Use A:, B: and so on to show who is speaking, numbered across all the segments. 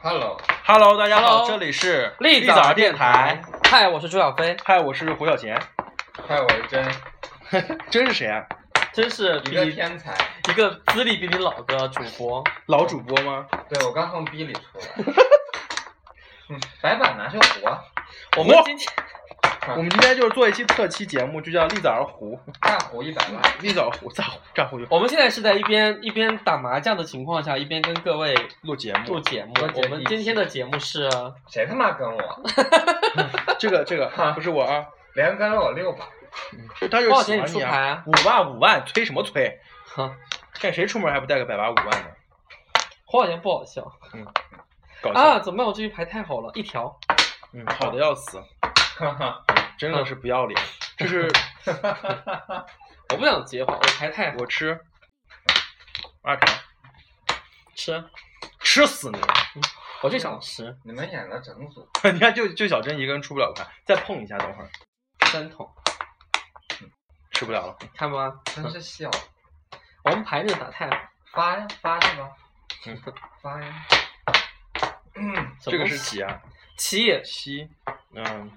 A: Hello，
B: Hello，大家好
C: Hello
B: 这里是
C: 立
B: 早
C: 早
B: 电台。
C: 嗨，我是朱小飞，
B: 嗨，我是胡小贤。
A: 嗨，我是真，
B: 真是谁啊？
C: 真是比
A: 一个天才。
C: 一个资历比你老的主播，
B: 老主播吗？
A: 对我刚从逼里出 来。嗯，白板拿去糊啊，
C: 我们今天
B: 我们今天就是做一期特期节目，就叫立早儿胡，
A: 大糊一百万。
B: 立早胡，咋胡咋胡就
C: 我们现在是在一边一边打麻将的情况下，一边跟各位
B: 录节
C: 录
B: 目。
C: 节目
A: 多。接地
C: 我
A: 气
C: 们今天的节目是，
A: 谁他妈跟我？
B: 这个这个不是我啊，
A: 连跟了我六把。
B: 他就
C: 多少
B: 喜
C: 钱
B: 欢
C: 你出
B: 你
C: 牌
B: 啊。
C: 啊？
B: 五万五万，催什么催？
C: 哼，
B: 看谁出门还不带个百八五万的？
C: 花钱不好笑
B: 搞笑。
C: 啊！怎么办？我这一牌太好了，一条。
B: 嗯，好的要死，
A: 哈哈
B: 真的是不要脸。这是
A: 哈哈哈！
C: 我不想接话，我牌太好
B: 我吃二条，
C: 吃，
B: 吃死你！
C: 我就想吃
A: 你们演了整组，
B: 你看，就就小珍一个人出不了牌，再碰一下，等会儿
C: 三桶，
B: 吃不了了。
C: 看吧，
A: 真是笑。
C: 我们牌真的打太好。
A: 发呀发是吧
B: 嗯？
A: 发呀。 嗯，
C: 什么
B: 这个是几啊？
C: 七，
B: 七，嗯，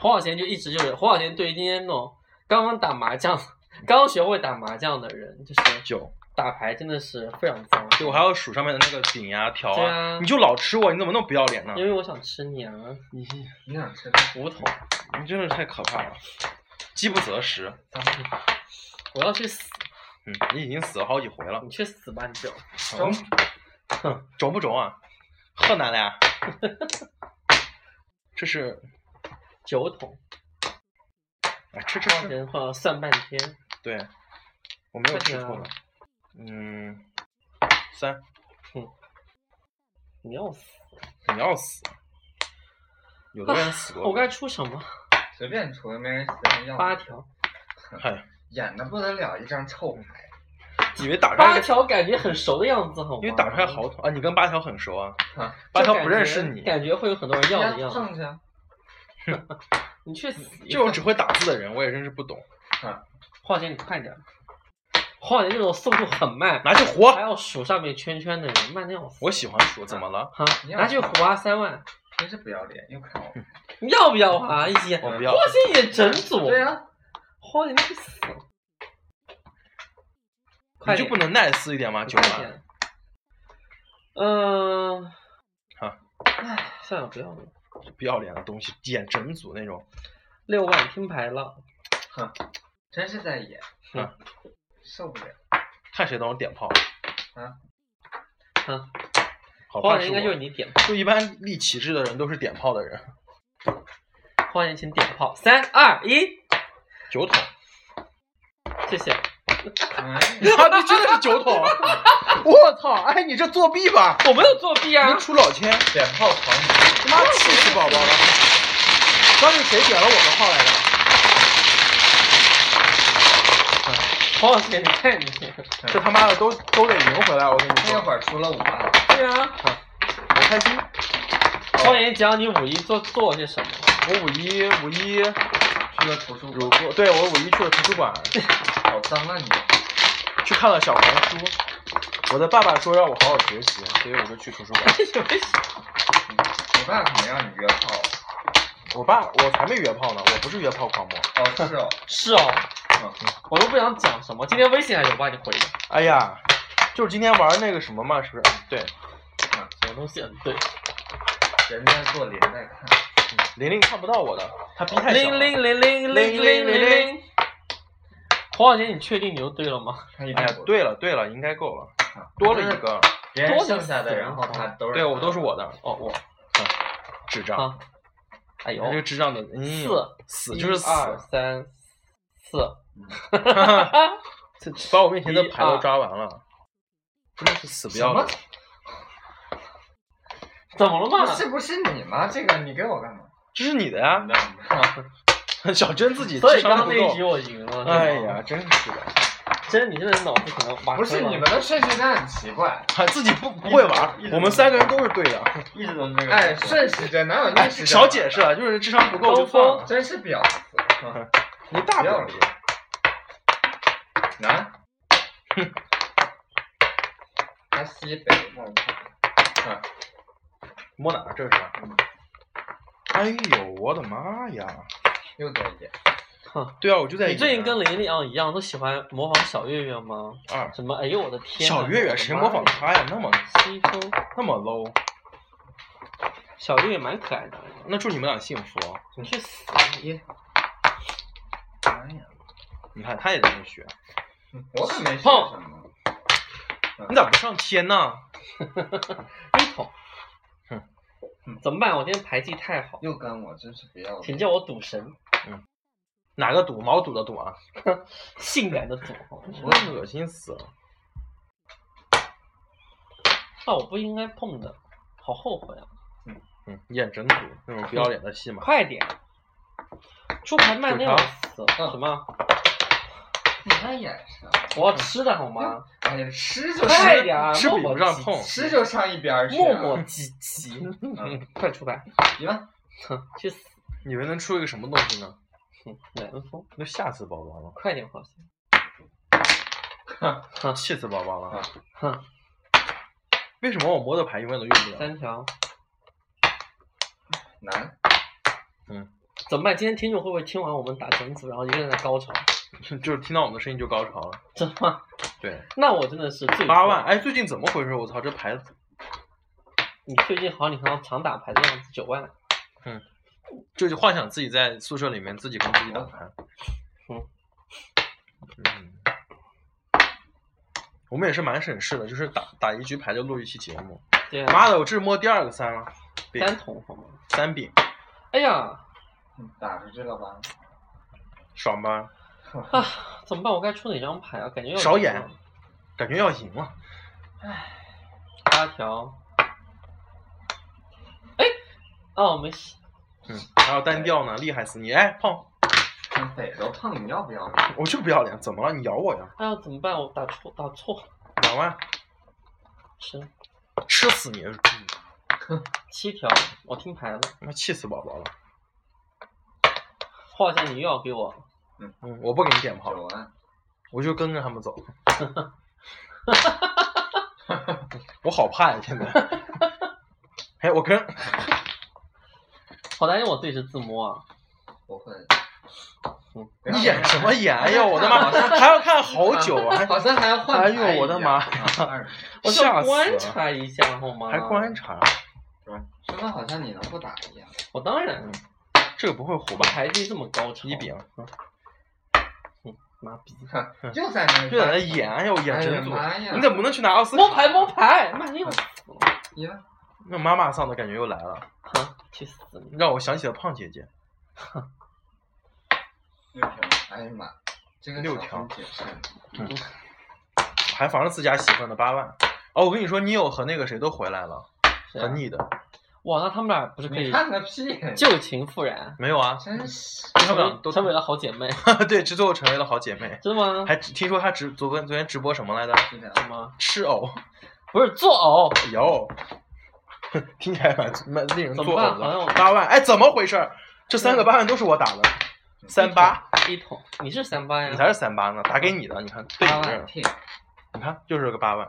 C: 黄小贤就一直就是黄小贤对于今天那种刚刚打麻将、刚学会打麻将的人，就是
B: 九。
C: 打牌真的是非常糟。
B: 对，我还要数上面的那个饼呀、条
C: 对
B: 啊。
C: 啊
B: 你就老吃我，你怎么那么不要脸呢？
C: 因为我想吃你啊，
B: 你
A: 你想吃
C: 五桶，
B: 你真的是太可怕了，饥不择食。
A: 咱们
C: 我要去死，
B: 嗯，你已经死了好几回了
C: 你，去死吧你就。
A: 中
B: 中不中啊？河南的呀？ 这是，
C: 九桶，
B: 哎，吃吃
C: 黄小
B: 吃。
C: 贤话算半天，
B: 对，我没有
C: 快
B: 吃
C: 点啊
B: 错了。嗯，三，
C: 你要死！
B: 你要死。啊有的人死过。
C: 哦我该出什么？
A: 随便出，没人谁要。
C: 八条，
B: 哎呀，
A: 演的不得了，一张臭牌。
B: 以为打
C: 八
B: 开，
C: 条感觉很熟的样子，好吗？
B: 因为打出来好啊，你跟八条很熟啊，
A: 啊，
B: 八
C: 就
B: 条
C: 感
B: 不认
C: 觉
B: 识你。哎
C: 感觉会有很多
A: 哎
C: 人要的样子。
A: 正着。
C: 你去死！
B: 这种只会打字的人，我也真是不懂。
C: 黄小贤你快点儿，黄小贤这种速度很慢，
B: 拿去活
C: 还，要数上面圈圈的人，慢的要死。
B: 我喜欢数，怎么了？
C: 哈
A: 你，要
C: 拿去花三万，
A: 真是不要脸，又看我。
B: 嗯
C: 你要不要啊？一姐，
B: 我不
C: 花
B: 要。啊
C: 心也整组，
A: 对啊呀，
C: 花心去死！快
B: 你就
C: 点，
B: 不能 nice 一点吗？
C: 你
B: 九
C: 快
B: 万，
C: 点。嗯，
B: 好，
C: 唉，算了，不要了。
B: 不要脸的东西，演整组那种。
C: 六万听牌了，
A: 真是在演
B: 嗯，
A: 受不了。
B: 看谁都能点炮。
A: 啊
C: 啊，
B: 好怕
C: 花钱
B: 是
C: 应该就是
B: 我。
C: 你点，
B: 就一般立旗帜的人都是点炮的人。
C: 花钱请点炮，三二一，
B: 酒 桶，
C: 谢谢。
A: 哎，
B: 啊，你真的是酒桶！ 我操，哎，你这作弊吧！
C: 我没有作弊啊
B: 你，出老千，
A: 点炮狂魔，
B: 他妈气死宝宝了！刚是谁点了我的炮来着？
C: 花钱你看你，
B: 这他妈的都都得赢回来，我跟你
A: 那
B: 说，
A: 会儿输了五万，
C: 对啊，
B: 我开心。
C: 花钱讲你五一做做了些什么？
B: 我五一五一
A: 去了图书
B: 如
A: 馆，
B: 果对我五一去了图书馆，
A: 好脏啊你！
B: 去看了小红书。我的爸爸说让我好好学习，所以我就去图书馆。
C: 什么？
A: 你爸可没让你约炮
B: 我爸我才没约炮呢，我不是约炮狂魔。
A: 哦，是 哦，
C: 是哦
A: 嗯，
C: 我都不想讲什么。今天微信还有吧？你回的
B: 哎呀，就是今天玩那个什么嘛，是不是？嗯对，
C: 什么东西？对，
A: 人家做连带看，
B: 玲玲看不到我的，她逼太小了。
C: 铃铃铃铃铃铃铃铃。黄小姐，你确定牛对了吗？
A: 他一
B: 哎
A: 定
B: 呀
A: 不，
B: 对了对了，应该够了，
A: 看
B: 多了一，个。
A: 别人剩下的，然后他都是
B: 对我都是我的，哦我，嗯智障，
C: 啊，哎呦
B: 这，个智障的，嗯，
C: 四
B: 死啊就是死
C: 一，二三四，
B: 这啊把我面前的牌
C: 一
B: 都
C: 二
B: 抓完了，真的是死不
A: 什
B: 要
A: 么
B: 脸。？
C: 怎么了
A: 不
C: 嘛？
A: 是不是你吗？这个你给我干嘛？
B: 这是你的呀， 小珍自己
C: 所
B: 智
C: 以刚
B: 商
C: 刚
B: 不
C: 那一
B: 够
C: 局。我赢了。
B: 哎
C: 是吗
B: 呀，，真是的，
C: 真的你真的是脑子可能挖
A: 不是
C: 坑了
A: 你们。的顺序真的很奇怪，
B: 还自己不不会玩
A: 一直，
B: 我们三个人都是对的。
A: 一直都是这个。哎，顺时针哪有逆
B: 哎，
A: 时针？啊
B: 少解，释了，就是智商不够就
C: 高
B: 放
C: 峰
B: 了。
A: 真是婊子！嗯
B: 你大不了
A: 不要 南，他西北，嗯
B: 摸哪儿这是？哎呦，我的妈呀！
A: 又在演。
B: 对啊，我就在
C: 你最近
B: 演
C: 跟林立昂一样，都喜欢模仿小岳岳吗？
B: 二
C: 什么？哎呦我的天啊！
B: 小岳岳谁模仿他呀？那么
C: 西风？
B: 那么 low，
C: 小岳岳蛮可爱的。
B: 那祝你们俩幸福哦。
C: 你去死！
A: 咦？哎呀，
B: 你看他也在那学，
A: 我可没学
C: 碰
A: 什么。
B: 你咋不上天呢？
C: 一桶
B: 哼。
C: 怎么办？我今天牌技太好，
A: 又跟我，真是不要
C: 请
A: 脸。
C: 叫我赌神，
B: 哪个赌毛赌的赌啊？
C: 性感的赌。
B: 我恶心死了。
C: 那我不应该碰的，好后悔啊！
B: 嗯，演真赌那种不要脸的戏嘛。
C: 快点，出牌慢的要死。
A: 嗯
C: 什么？
A: 你在演什么？
C: 我要吃的好吗？
A: 哎呀，吃就
C: 快
A: 吃，
C: 点啊！
B: 吃比
C: 磨
B: 不
C: 磨
B: 上
C: 唧
B: 碰
C: 唧
A: 吃就上一边
B: 嗯
A: 儿去
C: 磨
A: 啊。
C: 磨唧唧。
A: 嗯，
C: 快出牌！
A: 行吧，
C: 哼， 去死！
B: 你们能出一个什么东西呢？
C: 哼，南风，
B: 那下次包装了，
C: 快点花心。
B: 气死宝宝了。
C: 哼，
B: 为什么我摸的牌永远都用不了？
C: 三条。
A: 难。
C: 怎么办？今天听众会不会听完我们打整组，然后一个人在高潮？
B: 就是听到我们的声音就高潮了。
C: 真的吗？
B: 对，
C: 那我真的是最
B: 八万。。哎，最近怎么回事？我操，这牌子
C: 你最近好像你好像常打牌的样子，九万。
B: 就是幻想自己在宿舍里面自己跟自己打牌。
C: 嗯
B: 嗯，我们也是蛮省事的，就是打打一局牌就录一期节目。
C: 对啊，
B: 妈的，我这是摸第二个三了，饼
C: 三桶好吗？
B: 三饼，
C: 哎呀
A: 你嗯打出去了吧？
B: 爽吧？
C: 啊，怎么办？我该出哪张牌啊？感觉要
B: 少演感觉要赢了。
C: 八条。哎，哦，没事。
B: 嗯，还有单调呢，厉害死你！哎，碰
A: 跟北都碰，你要不要脸？
B: 我就不要脸，怎么了？你咬我呀？
C: 哎呀，怎么办？我打错，打错，
B: 两万，
C: 是
B: 吃死你！
C: 七条。我听牌了，
B: 他妈气死宝宝了。
C: 画像你又要给我。
B: 嗯，我不给你点炮，
A: 九万，
B: 我就跟着他们走。我好怕呀，现在。哎，我跟
C: 好担心我自己是自摸啊！
A: 不会。
C: 嗯
B: 你演什么演？哎呦，我的妈！
A: 好像
B: 还要看好久啊，
A: 好像还要换
B: 哎
A: 牌
B: 呦我的
A: 一样
B: 妈
A: 啊二十
C: 我就
B: 吓死
C: 观
B: 了
C: 察一下好吗？
B: 还还观察，
A: 说的好像你能不打 一样。
C: 我当然，
B: 这个不会胡
C: 我
B: 吧？啊
C: 牌技这么高超，
B: 一饼
C: 妈逼！
A: 就在那儿
B: 嗯就在那演，哎呦，演真足。
A: 哎呀妈呀
B: 你怎么能去啊拿奥斯卡？
C: 摸牌摸牌，妈你有
A: 一样
B: 那妈妈桑的感觉又来了，
C: 哼，去死你！
B: 让我想起了胖姐姐。
A: 六条，哎呀妈，这个
B: 六
A: 小
B: 条哎
A: 分解散
B: 还防着自家媳妇儿呢，八万。哦，我跟你说，你有和那个谁都回来了，
C: 谁
B: 和
C: 啊
B: 腻的
C: 哇，那他们俩不是可
A: 你
C: 以
A: 看个屁！
C: 旧情复燃，
B: 没有啊？
A: 真是
B: 他们俩都
C: 成为了好姐妹，
B: 对，这最后成为了好姐妹。
C: 真的吗？
B: 还只听说她直昨天昨天直播什么来着？
A: 是的，
C: 什么？
B: 吃藕，
C: 不是作偶，
B: 有， 听起来蛮蛮令人
C: 怎
B: 作
C: 么办
B: 呕
C: 好像
B: 的。
C: 我啊
B: 八万，哎，怎么回事儿？这三个八万都是我打的，
C: 嗯
B: 三八，
C: 一桶，你是三八呀？
B: 你才是三八呢，打给你的，你看对
A: 八
B: 你这儿
A: 万
B: 了，
A: 听，
B: 你看就是个八万，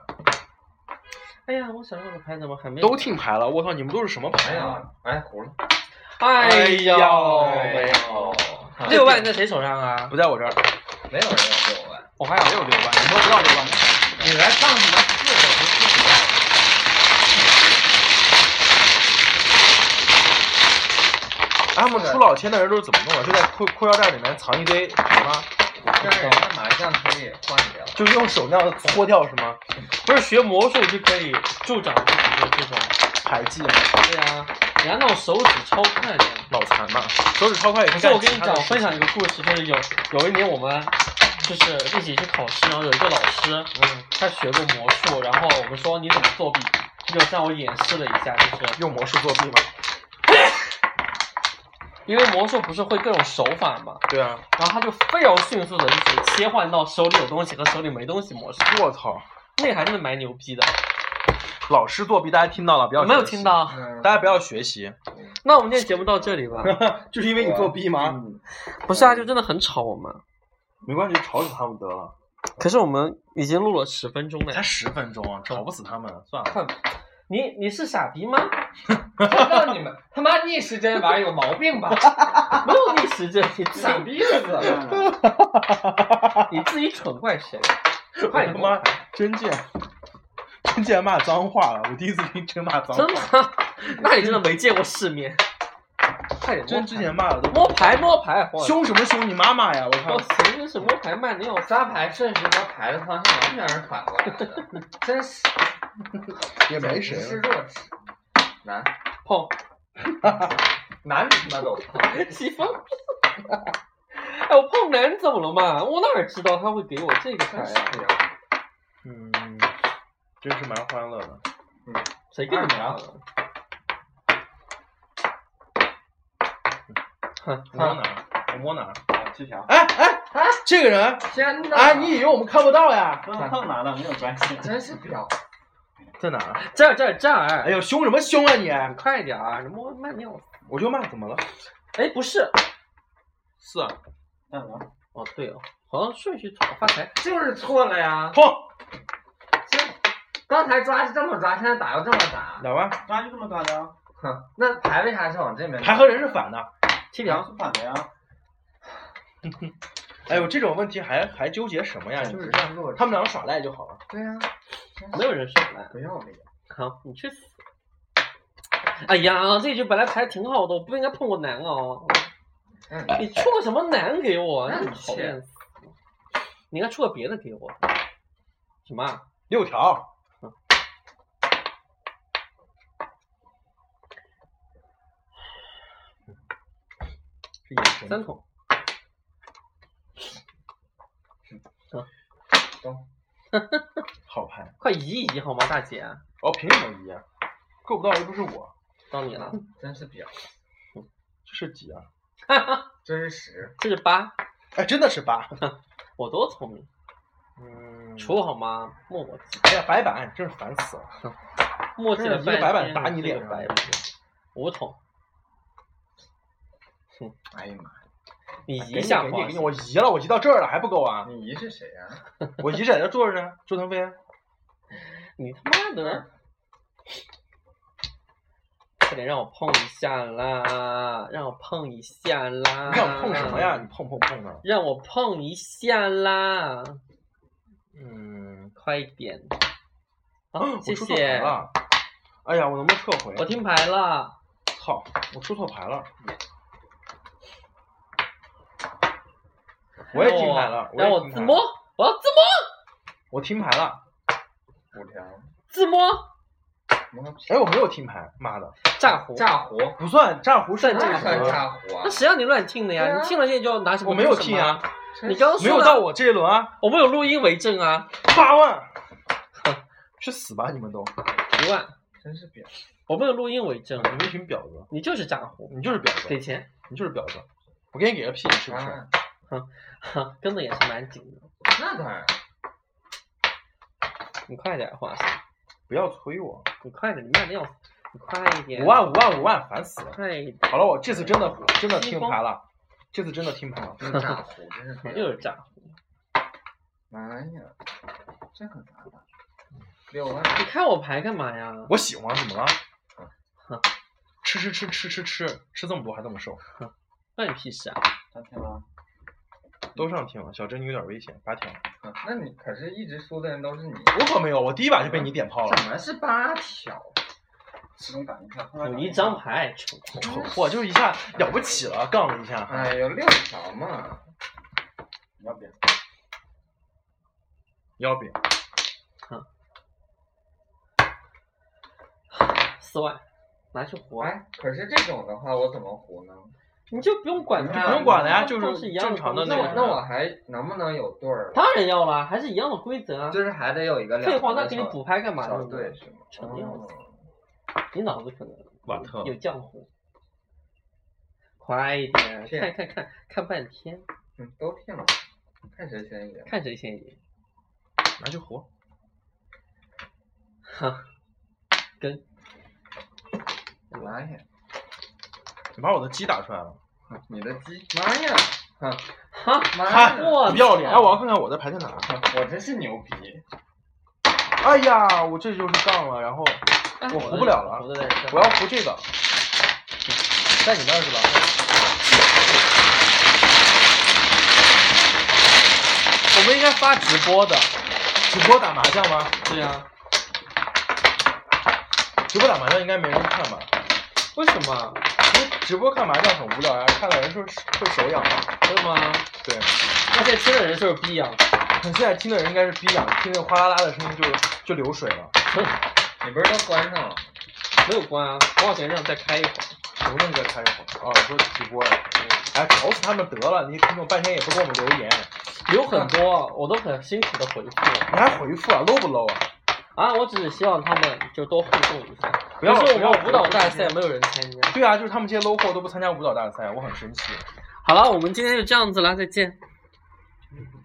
C: 哎呀，我想要的牌怎么还没有？
B: 都听牌了，我操，你们都是什么
A: 哎
B: 牌啊？
A: 呀，哎葫芦，
C: 哎呦，
B: 哎
A: 哎呦
C: 六万在谁手上啊？
B: 不在我这儿，
A: 没有人有六万，
C: 我还有
B: 没有六万，你摸不到六万。
A: 你来放什么四个不是四个？
B: 他们出老千的人都是怎么弄的？就在裤裤腰带里面藏一堆什么？
A: 但是人家麻将可以换掉，
B: 就是用手那样搓掉是吗？
C: 不是学魔术就可以助长自己的这种？
B: 牌技嘛
C: 对啊，人家那种手指超快的。
B: 脑残嘛，手指超快也可以
C: 所
B: 干
C: 以我跟你
B: 其他
C: 讲
B: 的，事
C: 分享一个故事，就是有有一年我们就是一起去考试，然后有一个老师
B: 嗯，
C: 他学过魔术，然后我们说你怎么作弊，他就让我演示了一下，就是
B: 用魔术作弊嘛。
C: 因为魔术不是会各种手法嘛，
B: 对啊，
C: 然后他就非常迅速的就是切换到手里有东西和手里没东西模式，
B: 我操，
C: 那个还真的蛮牛逼的。
B: 老师作弊大家听到了不要？
C: 没有听，到？
A: 嗯
B: 大家不要学习，
C: 那我们今天节目到 这里吧。
B: 就是因为你作弊吗？
A: 嗯
C: 不是啊，就真的很吵我们。
B: 没关系，吵死他们得了。
C: 可是我们已经录了十分钟了
B: 才
C: 呀，
B: 啊十分钟，吵不死他们，算了。
C: 看你你是傻逼吗？
A: 看到你们他妈逆时针玩意儿有毛病吧？
C: 没有历史这你自 己
A: 傻逼死了！
C: 你自己蠢怪 谁？
B: 我他哎妈真贱，真贱骂脏话了，我第一次听真骂脏
C: 真
B: 话，
C: 的？啊那你真的没见过世面。快点摸
B: 真之前骂的都
C: 摸牌摸牌，我
B: 凶什么凶你妈妈呀！我靠
C: 我，神真是摸牌慢的要死。
A: 抓牌顺序和牌的方向完全是反过来的， 真是
D: 也没谁
A: 是
D: 了。
A: 弱智，男
C: 碰
A: 男的他妈都胖，
C: 西方。哎，我碰男怎么了嘛？我哪知道他会给我这个牌
B: 哎
C: 啊？
A: 真是哎呀！
B: 嗯，真是蛮欢乐的。
C: 谁跟你们啊？
B: 我
A: 嗯
B: 摸哪儿？我摸哪儿？
E: 去嫖。
B: 哎哎
C: 啊
B: 哎，这个人，
A: 天哪！
B: 哎，你以为我们看不到呀？
E: 碰碰哪了没有关系。
A: 真是婊！
B: 在哪儿？
C: 这儿这儿这儿！
B: 哎
C: 哎
B: 呦，凶什么凶啊你！
C: 你快点儿，你摸慢尿。
B: 我就骂，怎么了？
C: 哎，不是，
B: 是啊，
E: 干嘛？
C: 哦对哦，好像顺序错了，发财。
A: 就是错了呀！
B: 碰
A: 这刚才抓是这么抓，现在打要这么打，
B: 哪玩？
E: 抓就这么抓的啊，
A: 哼，那牌为啥是往这边？
B: 牌和人是反的。
C: 七
E: 你要
C: 条，
E: 是反的呀。
B: 哎呦，这种问题还还纠结什么呀？就是这样，
A: 弱智。
B: 他们两个耍赖就好了。
A: 对呀，
C: 没有人上来。
A: 不要脸！
C: 好，你去死！哎呀，这局本来牌挺好的，我不应该碰我男哦。
A: 嗯
B: 哎
C: 你出个什么男给我？
A: 那
C: 那
A: 你
C: 你讨厌死！你应该出个别的给我。什么啊？
B: 六条，是眼
A: 嗯
B: 神。
C: 三筒。
B: 好牌。
C: 快移一移好吗，大姐？
B: 哦，凭什么移啊？够不到又不是我，
C: 到你了，
A: 真是婊！
B: 这是几啊？
A: 这是十，
C: 这是八，
B: 哎，真的是八。
C: 我多聪明，
B: 嗯
C: 出好吗？默我
B: 哎呀，白板真是烦死了。
C: 墨迹了
B: 一个白板打你脸上
C: 白板五筒，
A: 哎呀妈呀！
C: 你
B: 哎给
C: 移一
B: 你
C: 下
B: 给你
C: 黄
B: 给你，我移了，我移到这儿了还不够啊？
A: 你姨是谁呀？
B: 我移在这坐着呢，周腾 飞啊。
C: 你他妈的！
B: 嗯
C: 快点让我碰一下啦！让我碰一下啦！
B: 你想碰什么呀？？你碰碰碰的。
C: 让我碰一下啦！
B: 嗯，啊
C: 快一点！
B: 我
C: 好，啊谢
B: 出错牌
C: 谢。
B: 了。哎呀，我能不能撤回？
C: 我听牌了，
B: 操，我出错牌了。我也听牌了，
C: 哎让
B: 也
C: 我
B: 听牌
C: 自
B: 了
C: 摸，，我要自摸，
B: 我听牌了。
A: 五条，
C: 自摸
A: 摸屁
B: 哎，我没有听牌，妈的，
C: 炸胡。
A: 炸胡，
B: 不算战胡是
C: 算
A: 那
C: 战
B: 什
A: 算
B: 么？
A: 炸胡啊
C: 那！谁让你乱听的
A: 对
C: 呀？
A: 啊
C: 你听了现在就要拿什么？
B: 我没有听！啊，
A: 真
C: 你
A: 是
C: 刚刚
B: 没
C: 说
B: 有到
C: 了，
B: 我这一轮啊，
C: 我们有录音为证啊！
B: 八万， 去死吧你们都！
C: 一万，
A: 真是婊！
C: 我们有录音为证，啊
B: 你们一群婊子，
C: 你就是炸胡，
B: 你就是婊子，
C: 给钱，
B: 你就是婊子，我给你给个屁，你是不是？
A: 啊，
C: 哈，跟的也是蛮紧的。
A: 那当然，
C: 你快点，花
B: 不要催我，
C: 你快点，你慢的要死，你快一点，
B: 五，万五万五万，烦死了！
C: 快一点，
B: 好了，我这次真的真的听牌了，这次真的听牌了，
A: 这炸胡 真是
C: 又
A: 婊！
C: 是炸胡。
A: 妈呀，这可咋打？六万，
C: 你看我牌干嘛呀？
B: 我喜欢，怎么了？ 吃吃吃吃吃吃吃这么多还这么瘦，
C: 关你屁事啊！
E: 张天王，
B: 都上天了，小珍你有点危险，八条，
A: 嗯那你可是一直输的人都是你。
B: 我可没有，我第一把就被你点炮了，
A: 怎么是八条？
E: 始终感一下。
B: 啊
C: 补一张牌，蠢货！
B: 蠢货，就是一下了不起了，杠了一下。
A: 哎呦，六条嘛！
E: 你要不要？
B: 腰饼，
C: 四万，拿去胡啊！
A: 哎，可是这种的话，我怎么胡呢？
C: 你就不用管
A: 你
C: 它，
A: 不用
B: 管了呀
C: 它
B: 就是
C: 都是一样
B: 正常的
A: 那
C: 东西
A: 我
B: 个
A: 那我还能不能有对儿了？
C: 当然要了，还是一样的规则啊。
A: 就是还得有一个两
C: 废话，
A: 个
C: 那给你
A: 小
C: 补拍干嘛
A: 小
C: 呢？
A: 对是吗？
C: 蠢的要死
A: 哦
C: 你脑子可能
B: 瓦特
C: 有浆糊。快一点，
A: 骗
C: 看看看看半天，
A: 嗯，都骗我，看谁先赢。
C: 看谁先赢。
B: 拿去活。
C: 哈，跟
A: 妈呀，
B: 你把我的鸡打出来了，
A: 你的鸡！妈呀，
C: 哈，
A: 妈呀！
C: 我
B: 不要脸！哎，
C: 操
B: 我要看看我的牌在哪。
A: 我真是牛逼！
B: 哎呀，我这就是杠了，然后
C: 哎
B: 我胡不了了
C: 我在这
B: 我要胡这个，在你那儿是吧？
C: 我们应该发直播的。
B: 直播打麻将吗？
C: 对啊，
B: 直播打麻将应该没人看吧？
C: 为什么？
B: 因为直播看麻将很无聊呀、看了人说会手痒嘛。
C: 为什么？
B: 对，
C: 那现在听的人就是逼啊养。
B: 现在听的人应该是逼痒，听那哗啦啦的声音就就流水了。
A: 你不是都关上了？
C: 没有关啊，黄晓贤让再开一会儿。
B: 什么东西再开一会儿？哦，你说直播呀？哎，搞死他们得了！你听众半天也不给我们留言，
C: 有很多，我都很辛苦的回复
B: 你还回复啊？low 不 low 啊？
C: 啊，我只是希望他们就多互动一下。
B: 不要
C: 可是
B: 不要
C: 我们舞蹈大
B: 不要
C: 赛没有人参加。
B: 对啊，就是他们这些 low 货都不参加舞蹈大赛，我很生气。
C: 好了，我们今天就这样子了，再见。